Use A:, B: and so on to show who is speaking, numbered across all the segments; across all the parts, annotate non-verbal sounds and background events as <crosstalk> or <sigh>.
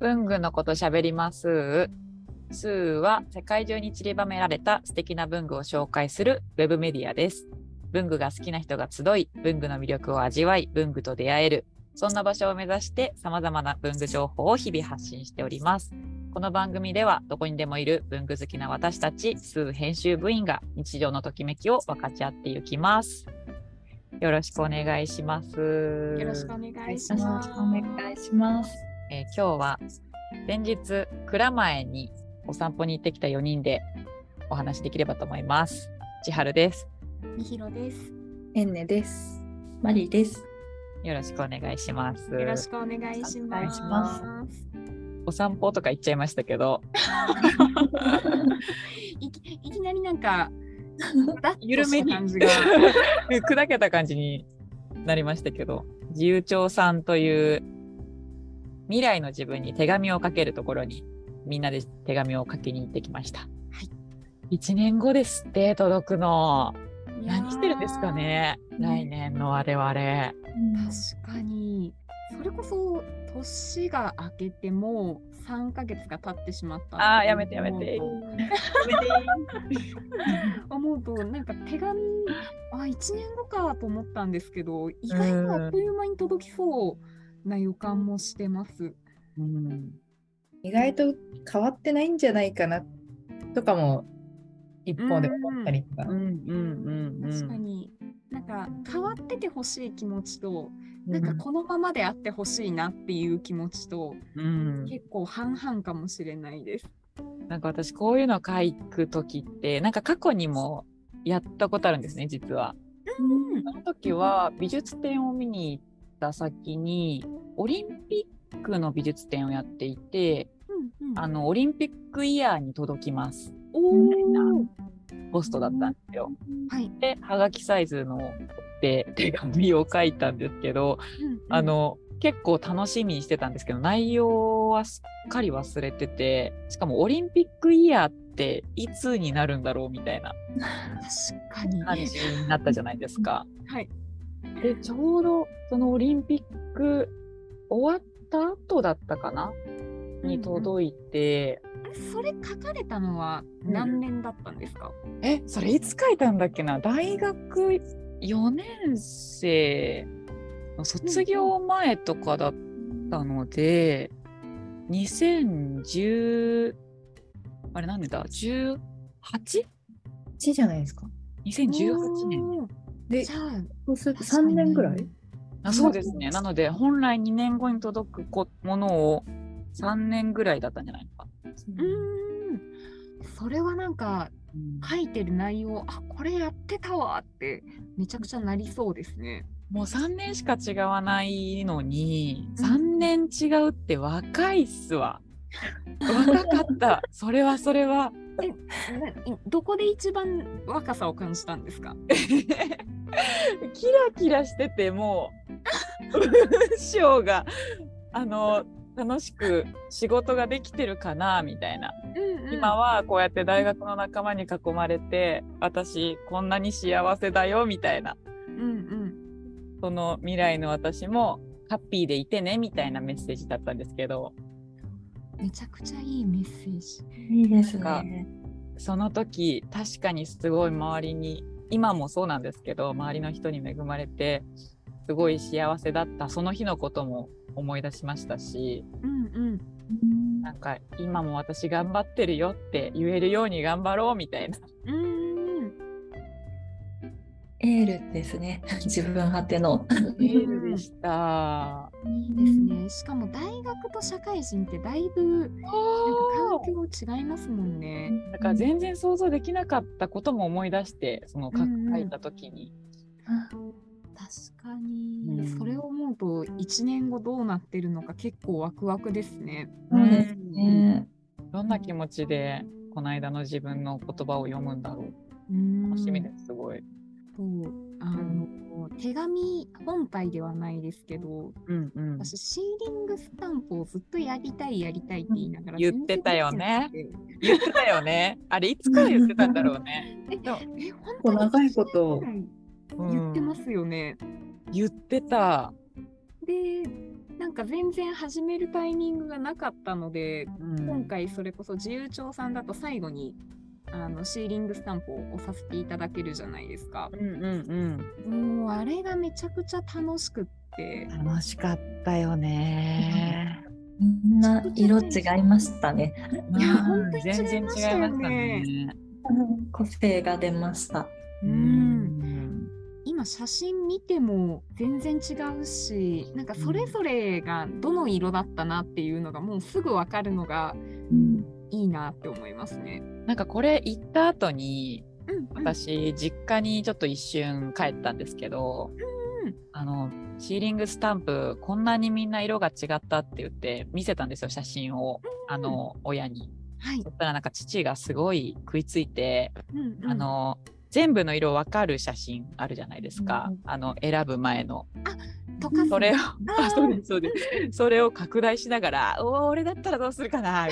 A: 文具のこと喋りますスーは世界中に散りばめられた素敵な文具を紹介するウェブメディアです文具が好きな人が集い文具の魅力を味わい文具と出会えるそんな場所を目指してさまざまな文具情報を日々発信しておりますこの番組ではどこにでもいる文具好きな私たちスー編集部員が日常のときめきを分かち合っていきますよろしくお願いします
B: よろしくお願いします。
C: いします。
A: えー今日は先日蔵前にお散歩に行ってきた4人でお話しできればと思います。千春です。
B: みひろです。
C: エンネです。マリーです。
A: よろしくお願いします。
B: よろしくお願いし
C: お
B: ま
C: 願い
B: す。
C: しま
A: お散歩とか行っちゃいましたけ
B: <laughs>
A: ど、
B: いきいきなりな
A: <laughs>
B: んか、
A: 緩めに
B: 感じが。
A: 砕けた感じになりましたけど、自由帳さんという未来の自分に手紙をかけるところにみんなで手紙を書きに行ってきました。はい。1年後ですって届くの。 <laughs> 何してるんですかね来年の我々。
B: いやー。確かに、それこそ年が明けてもう3ヶ月が経ってしまった。
A: あーやめてやめて
B: 思うと。 <laughs> 思うと、なんか手紙、あ、1年後かと思ったんですけど、意外とあっという間に届きそうな予感もしてます。
A: うん
C: 意外と変わってないんじゃないかなとかも一方で思ったりとか
A: う。んうんうん
B: 確かに、なんか変わっててほしい気持ちと、
A: う
B: なんかこのままであってほしいなっていう気持ちと、
A: うん、
B: 結構半々かもしれないです。
A: なんか私こういうの書く時ってなんか過去にもやったことあるんですね実は。
B: うん、
A: その時は美術展を見に行った先にオリンピックの美術展をやっていて
B: うん
A: あのオリンピックイヤーに届きます
B: お
A: な
B: ー
A: ポストだったんですよ。
B: はい、
A: ではがきサイズので手紙を書いたんですけど
B: うん
A: あ、の結構楽しみにしてたんですけど内容はすっかり忘れててしかもオリンピックイヤーっていつになるんだろうみたいな
B: 確かに。
A: 感じになったじゃないですか。
B: はい、
A: でちょうどそのオリンピック終わった後だったかなに届いて、
B: それ書かれたのは何年だったんですか。
A: えそれいつ書いたんだっけな大学4年生の卒業前とかだったので、2010あれ何年だ 18?2018
C: 1じゃないですか。
A: 年
B: おー
C: で
B: じゃ、あ、
C: そうすると
B: 確かに
C: 3年ぐらい
A: あそうですねなので本来2年後に届くこものを3年ぐらいだったんじゃないのか、
B: うーん。それはなんか書いてる内容、あ、これやってたわってめちゃくちゃなりそうですね。
A: もう3年しか違わないのに
B: う
A: 3
B: ん
A: 年違うって若いっすわ若かったそれはそれは
B: ないどこで一番若さを感じたんですか。
A: キラキラしてても <laughs> う文章があの楽しく仕事ができてるかなみたいな
B: うん
A: 今はこうやって大学の仲間に囲まれて私こんなに幸せだよみたいな
B: うんうん。
A: その未来の私もハッピーでいてねみたいなメッセージだったんですけど
B: めちゃくちゃいいメッセージ。
C: いいです
A: ねその時確かにすごい周りに今もそうなんですけど周りの人に恵まれてすごい幸せだったその日のことも思い出しましたし
B: うんうん。
A: なんか今も私頑張ってるよって言えるように頑張ろうみたいな
B: うーん。
D: エールですね自分果ての
A: メールでした。
B: いいですね。しかも大学と社会人ってだいぶなんか環境違いますもんね。
A: だから全然想像できなかったことも思い出してその書
B: うんうん
A: 書いた時に、
B: 確か
A: う
B: に
A: ん
B: それを思うと1年後どうなってるのか結構ワクワクですね。
D: そうです
A: うん
D: ね
A: どんな気持ちでこの間の自分の言葉を読むんだろう楽しみですすごい。
B: そうあの手紙本体ではないですけど
A: うんうん
B: 私シーリングスタンプをずっとやりたいやりたいって言いながら
A: 言ってたよね言ってたよね。あれいつから言ってたんだろうね。
B: 全然できなくてええ本当に
C: 長いこと
B: 言ってますよね。
A: うん言ってた。
B: でなんか全然始めるタイミングがなかったので、今回それこそ自由帳さんだと最後にあのシーリングスタンプを押させていただけるじゃないですか。
A: うんうん
B: もうあれがめちゃくちゃ楽しくって。
A: うん。楽しかったよね。
D: みんな色違いましたね。
B: いや本当に
A: 全然違いましたね。
D: 個性が出ました。
A: う
B: うん今写真見ても全然違うしなんかそれぞれがどの色だったなっていうのがもうすぐ分かるのがいいなって思いますね。
A: なんかこれ行った後に
B: うん、
A: 私実家にちょっと一瞬帰ったんですけど、
B: うん
A: あのシーリングスタンプこんなにみんな色が違ったって言って見せたんですよ写真を、あの親に。
B: はい
A: そ、したらなんか父がすごい食いついて、
B: うんうん
A: あの全部の色わかる写真あるじゃないですか、
D: うん
A: あの選ぶ前の
B: 溶かす
A: それを
B: あー
A: あそうですそうですそれを拡大しながら「おー俺だったらどうするかな」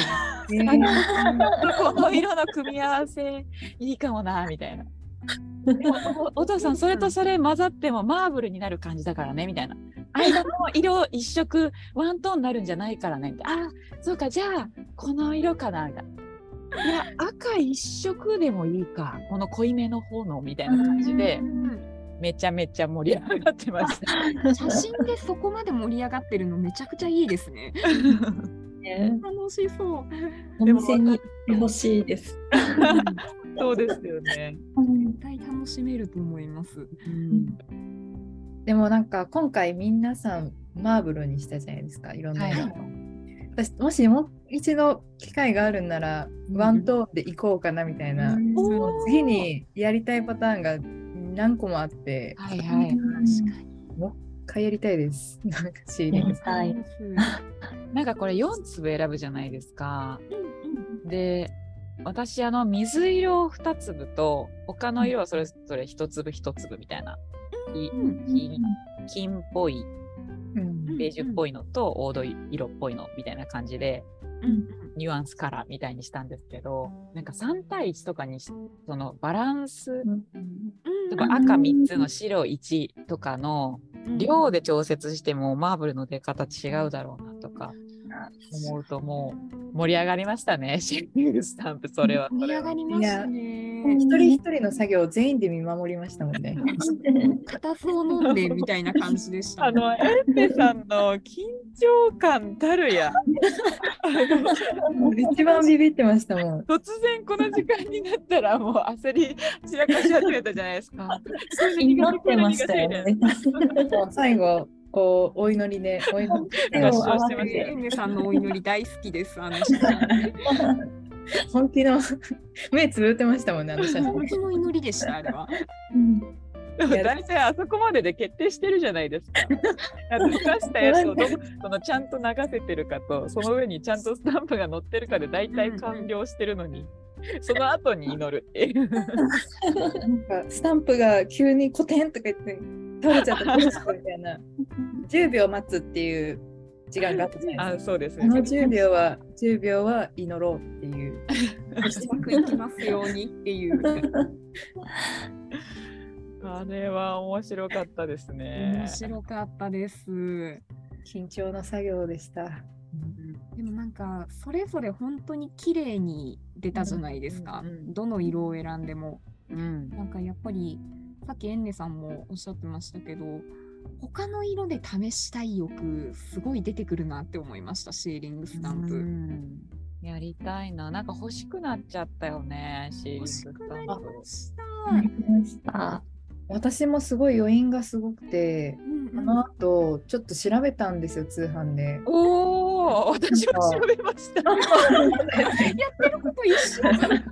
A: みたいな
C: えー
A: この色の組み合わせいいかもなみた <laughs> いな。おおお父さんそれとそれ混ざってもマーブルになる感じだからねみたいな間の色一色ワントーンになるんじゃないからねみたいなあそうかじゃあこの色かなみたいないや赤一色でもいいかこの濃いめの方のみたいな感じで
B: うん
A: めちゃめちゃ盛り上がってました
B: 写真でそこまで盛り上がってるのめちゃくちゃいいですね。
D: ね
B: 楽しそう。
D: お店に行ってほしいです。
A: <laughs> そうですよね、
B: 絶対楽しめると思います。
A: うん、
C: でもなんか今回皆さんマーブルにしたじゃないですかいろんな色
A: は
C: の私もしもう一度機会があるんなら
A: うん
C: ワントーンで行こうかなみたいな、
A: おー
C: もう次にやりたいパターンが何個もあって
A: はいはい
B: 確かに。
C: 一回やりたいですなんかシーリング
D: ねはい
A: なんかこれ4粒選ぶじゃないですか
B: うんうん
A: で私あの水色を2粒と他の色はそれぞれ1粒1粒みたいな、きき金っぽい
C: うん
A: ベージュっぽいのと黄土色っぽいのみたいな感じで
B: うん
A: ニュアンスカラーみたいにしたんですけどなんか3対1とかにしそのバランス
B: うん
A: とか赤3つの白1とかの
B: うん
A: 量で調節してもマーブルの出方違うだろうなとか思うともう盛り上がりましたね <laughs> シェリングスタンプそれはそ
B: 盛り
A: れ
B: 上
A: は
B: が。りましたね。
C: 一人一人の作業を全員で見守りましたもんね。
B: 片そう飲んでみたいな感じでした
A: あ
B: ね。
A: のエンペさんの緊張感たる
B: <laughs>
A: やあの
C: 一番ビビってましたもん。
A: 突然この時間になったらもう焦り散らかし始めたじゃないです
B: <laughs>
A: か。
D: 祈ってましたよね。
C: もう最後こうお祈りでお祈りして
D: 合
A: 合
D: 唱
A: 唱
D: してま
A: し
D: す
A: て
D: よ
A: まし
B: エンネさんのお祈り大好きです。あの写真
C: 本気の目つぶってましたもんねあの写真
B: 本。当の祈りでした、あれは。
A: で <laughs> も大体あそこまでで決定してるじゃない <laughs> ですか。あと出したやつをどこそのちゃんと流せてるかとその上にちゃんとスタンプが載ってるかで大体完了してるのにその後に祈るって <laughs> いう。
C: なんかスタンプが急にコテンとか言って倒れちゃった倒れちゃったみた
B: <laughs>
C: いな10秒待つっていう時間があったじゃない
A: あ
C: です
A: そうです
C: か。あの
A: ね。
C: 10秒は10秒は祈ろうっていう。
B: うまくいきますようにっていう。
A: あれは面白かったですね
B: 面。白かったです。
C: 緊張な作業でした。
B: でもなんかそれぞれ本当に綺麗に出たじゃないですか、
A: うんうんうん
B: どの色を選んでも
A: うん
B: なんかやっぱりさっきエンネさんもおっしゃってましたけど他の色で試したい欲すごい出てくるなって思いましたシーリングスタンプ、
A: うんやりたいな。なんか欲しくなっちゃったよね、シーリン
B: 欲
A: グ
B: し
A: ス
B: くな
A: タ
B: り
A: ン
B: ま
A: プ。。
B: した、
C: 私もすごい余韻がすごくて。
B: うんうん
C: あの後ちょっと調べたんですよ通販で
A: おお、私も調べました。 <laughs>
B: こと一緒、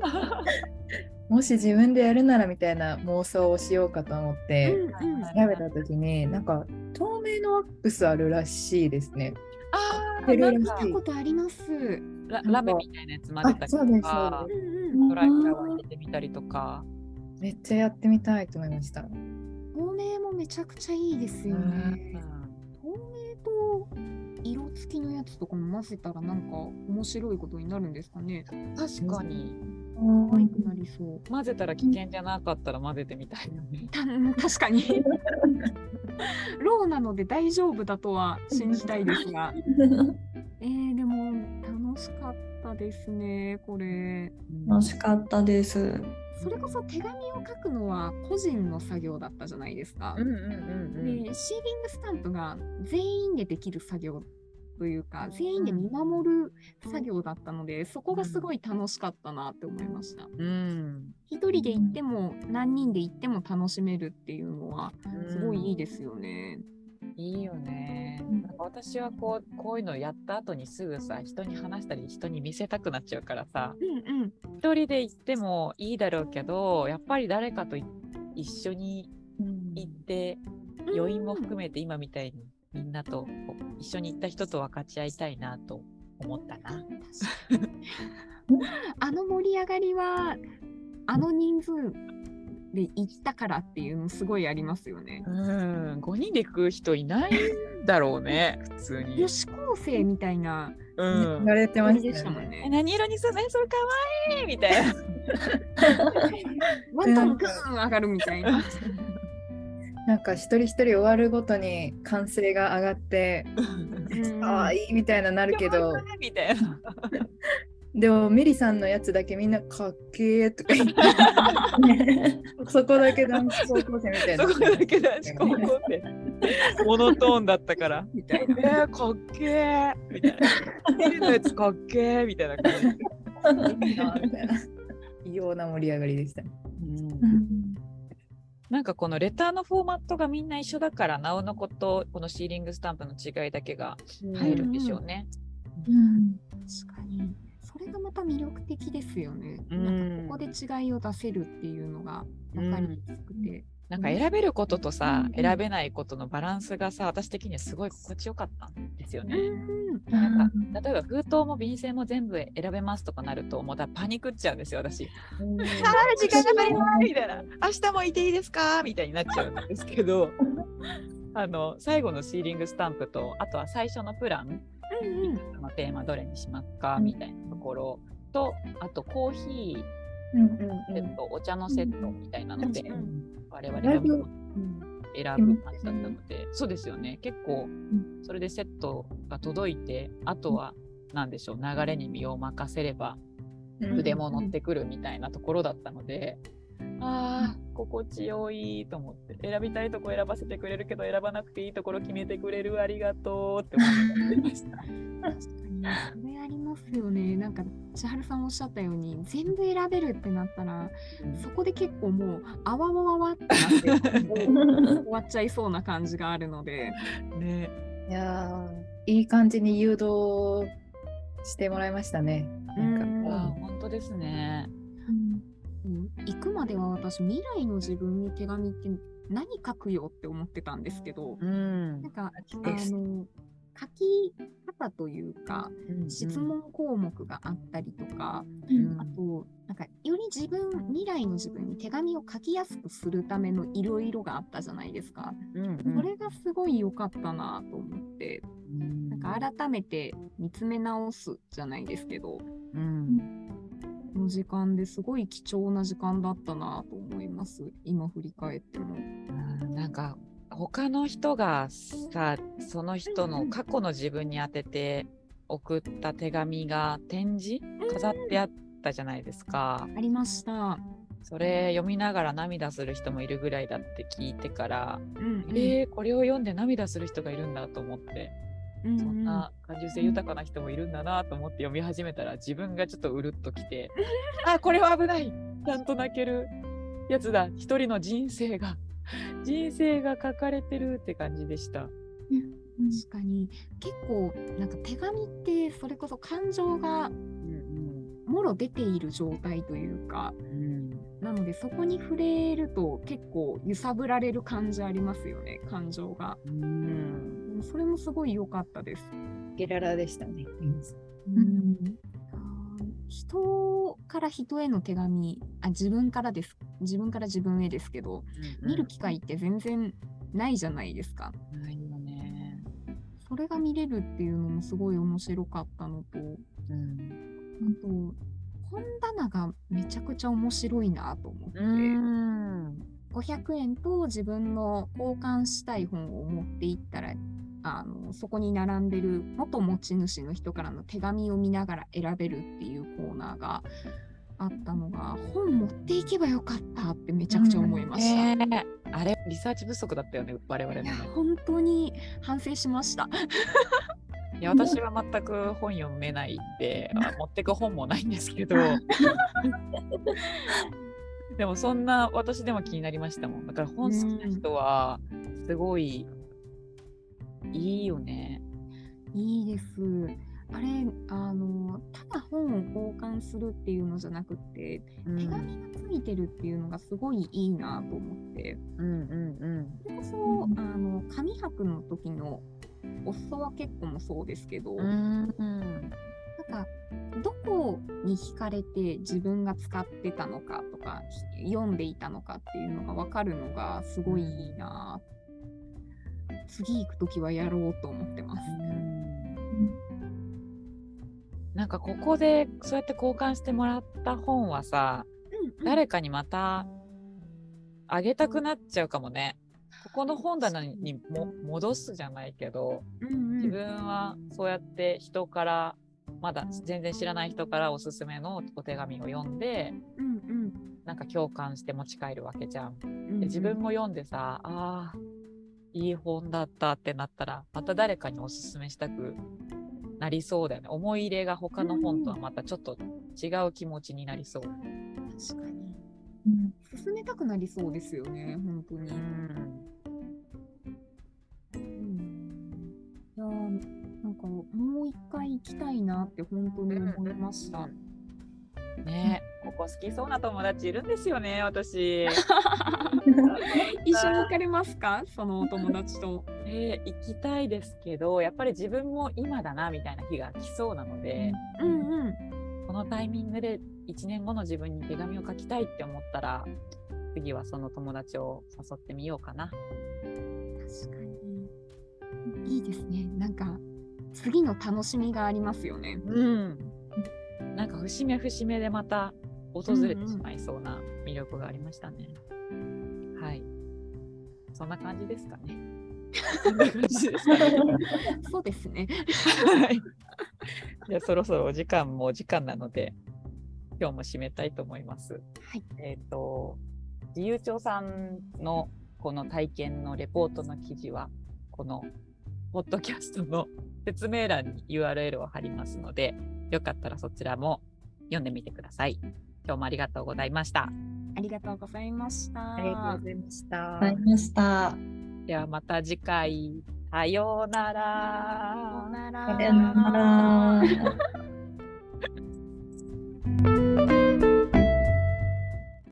C: もし自分でやるならみたいな妄想をしようかと思って。
B: うんうん
C: 調べた時になんか透明のワックスあるらしいですね。
A: ああ、
C: ペル
A: な
C: ー
A: ん
C: ル
A: か
B: 見たことあります、うん
A: ララメみたいなやつ混ぜたり
C: あそう
A: と
C: です
A: か
C: そ、
B: うん
A: ドライフラワー入れてみたりとか。
C: めっちゃやってみたいと思いました。
B: 透明もめちゃくちゃいいですよね、透明と色付きのやつとかも混ぜたらなんか面白いことになるんですかね。
A: 確かに
B: 可愛くなりそう。
A: 混ぜたら危険じゃなかったら混ぜてみたいよね。
B: た確かに。ローなので大丈夫だとは信じたいです <laughs> が。えー、でも楽しかったですね、これ。
D: 楽しかったです。
B: それこそ手紙を書くのは個人の作業だったじゃないですか。
A: うんうん
B: で、シーリングスタンプが全員でできる作業というか、全員で見守る作業だったので、そこがすごい楽しかったなって思いました。
A: うんうん。
B: 一人で行っても何人で行っても楽しめるっていうのは
A: うん
B: すごいいいですよね。
A: いいよね。
D: うん
A: なんか私はこうこういうのやった後にすぐさ人に話したり人に見せたくなっちゃうからさ
B: うんうん。
A: 一人で行ってもいいだろうけどやっぱり誰かとい一緒に行って余韻も含めて今みたいにみんなとこう一緒に行った人と分かち合いたいなと思ったな。
B: 確かにあの盛り上がりはあの人数で行ったからっていうのすごいありますよね。
A: うん5人で行く人いないんだろうね普通に
B: 女。子高生みたいな
A: うん
C: 言われてま
B: 感
C: し
B: じでしたたも
C: ね
B: ん
A: え
B: ね。
A: 何色にするのえそれかわいいみたいな。
B: ワントーングーン上がるみたいな。
C: なんか一人一人終わるごとに歓声が上がって可愛いみたいななるけど
A: みたいな。
C: でもメリさんのやつだけみんなかっけーとか言ってそこだけ男子高校生みたいな
A: そこだけ男子高校生。モノトーンだったから。みたいな。 <laughs> えー、かっけーみたい <laughs> な。テレビのやつかっけーみたいな感じ。
C: いいなみたいな異様な盛り上がりでしたね
A: なんかこのレターのフォーマットがみんな一緒だからなおのことこのシーリングスタンプの違いだけが入るんでしょうね。
B: 確かに。それがまた魅力的ですよね。
A: うん
B: なんかここで違いを出せるっていうのが分かりにくくて。
A: なんか選べることとさ、
D: うん
A: 選べないことのバランスがさ私的にはすごい心地よかったんですよね。
B: うん
A: なんか例えば封筒も便箋も全部選べますとかなるともうだパニックっちゃうんですよ私。あー時間が足りないみたいな明日もいていいですかみたいになっちゃうんですけどあの最後のシーリングスタンプとあとは最初のプラン
B: うんうん
A: のテーマどれにしますかみたいなところとあとコーヒーセット、お茶のセットみたいなので、我々
C: だい
A: が選ぶ
C: ぶ
A: 感じだったので、そうですよね結構それでセットが届いてあとは何でしょう流れに身を任せれば筆も乗ってくるみたいなところだったので、ああ心地よいと思って選びたいとこ選ばせてくれるけど選ばなくていいところ決めてくれるありがとうって思ってました。
B: 確かにそれありますよね。なんか千春さんおっしゃったように全部選べるってなったらそこで結構もうあわわわわってなって <laughs> 終わっちゃいそうな感じがあるので
A: ね
C: いやーいい感じに誘導してもらいましたねなん
A: あ
C: か
A: ー本当ですね。
B: うん行くまでは私未来の自分に手紙って何書くよって思ってたんですけど
A: うん
B: なんかあ
D: です
B: の書き方というか質
A: うん
B: 問項目があったりとか、
A: うん
B: あと、なんか、より自分、未来の自分に手紙を書きやすくするためのいろいろがあったじゃないですか。
A: うん
B: それがすごい良かったなと思って、
A: うん
B: なんか改めて見つめ直すじゃないですけど、
A: うん
B: この時間ですごい貴重な時間だったなと思います。今振り返っても。
A: うんなんか他の人がさその人
B: うんう
A: の
B: ん
A: 過去の自分に宛てて送った手紙が展示飾ってあったじゃないですか。
B: ありました。
A: それ読みながら涙する人もいるぐらいだって聞いてから、
B: うん、うん。
A: えー、これを読んで涙する人がいるんだと思って、
B: うんうん
A: そんな感受性豊かな人もいるんだなと思って読み始めたら自分がちょっとうるっとき <laughs> てあこれは危ないちゃんと泣けるやつだ一人の人生が人生が書かれてるって感じでした。
B: 確かに結構なんか手紙ってそれこそ感情が
A: うん
B: もろ出ている状態というか
A: うん
B: なのでそこに触れると結構揺さぶられる感じありますよね感情が
A: うん
B: うんそれもすごい良かったです、
C: ゲララでしたね
B: 人から人への手紙あ自分からです自分から自分へですけど、見る機会って全然ないじゃないですか
A: ないよね、
B: それが見れるっていうのもすごい面白かったのと
A: うん
B: あと本棚がめちゃくちゃ面白いなと思って、
A: うん
B: 500円と自分の交換したい本を持っていったらあのそこに並んでる元持ち主の人からの手紙を見ながら選べるっていうコーナーがあったのが本持っていけばよかったってめちゃくちゃ思いました。
A: えーあれリサーチ不足だったよね我々の
B: いや
A: ね
B: 本当に反省しました。
A: いや私は全く本読めないってあ持ってく本もないんですけどでもそんな私でも気になりましたもんだから本好きな人はすごいいいよね。
B: いいです。あれあのただ本を交換するっていうのじゃなくって
A: うん
B: 手紙がついてるっていうのがすごいいいなと思って
A: うんうんうん
B: それこそ、あの紙博の時のお裾分けっ子もそうですけど、なんかどこに惹かれて自分が使ってたのかとかひ読んでいたのかっていうのが分かるのがすごいいいな、次行く時はやろうと思ってます。
A: なんかここでそうやって交換してもらった本はさ誰かにまたあげたくなっちゃうかもね。ここの本棚にも戻すじゃないけど自分はそうやって人からまだ全然知らない人からおすすめのお手紙を読んでなんか共感して持ち帰るわけじゃん。で自分も読んでさあーいい本だったってなったらまた誰かにおすすめしたくなりそうだよね思い入れが他の本とはまたちょっと違う気持ちになりそう。
B: 確かに進めたくなりそうですよね本当に。
A: うん
B: うんいやーなんかもう一回行きたいなって本当に思いました。
A: ねここ好きそうな友達いるんですよね <laughs> 私。
B: 一緒に行かれますかそのお友達と。
A: えー行きたいですけどやっぱり自分も今だなみたいな日が来そうなので、
B: うんうん。
A: このタイミングで1年後の自分に手紙を書きたいって思ったら次はその友達を誘ってみようかな。
B: 確かに。いいですね。なんか次の楽しみがありますよね。
A: うん、なんか節目節目でまた訪れてしまいそうな魅力がありましたね。はい。そんな感じですか <laughs> ね。そんな感じですかね。
B: そうですね。
A: はい。 <laughs> じゃあそろそろお時間もお時間なので、今日も締めたいと思います。
B: はい。
A: えっ、と、自由帳さんのこの体験のレポートの記事は、このポッドキャストの <laughs> 説明欄に URL を貼りますので、よかったらそちらも読んでみてください。今日もありがとうございました。
B: ありがとうございました。
C: ありがとうございました。
D: ありました。
A: ではまた次回、さようなら。
B: さような
D: さようなら。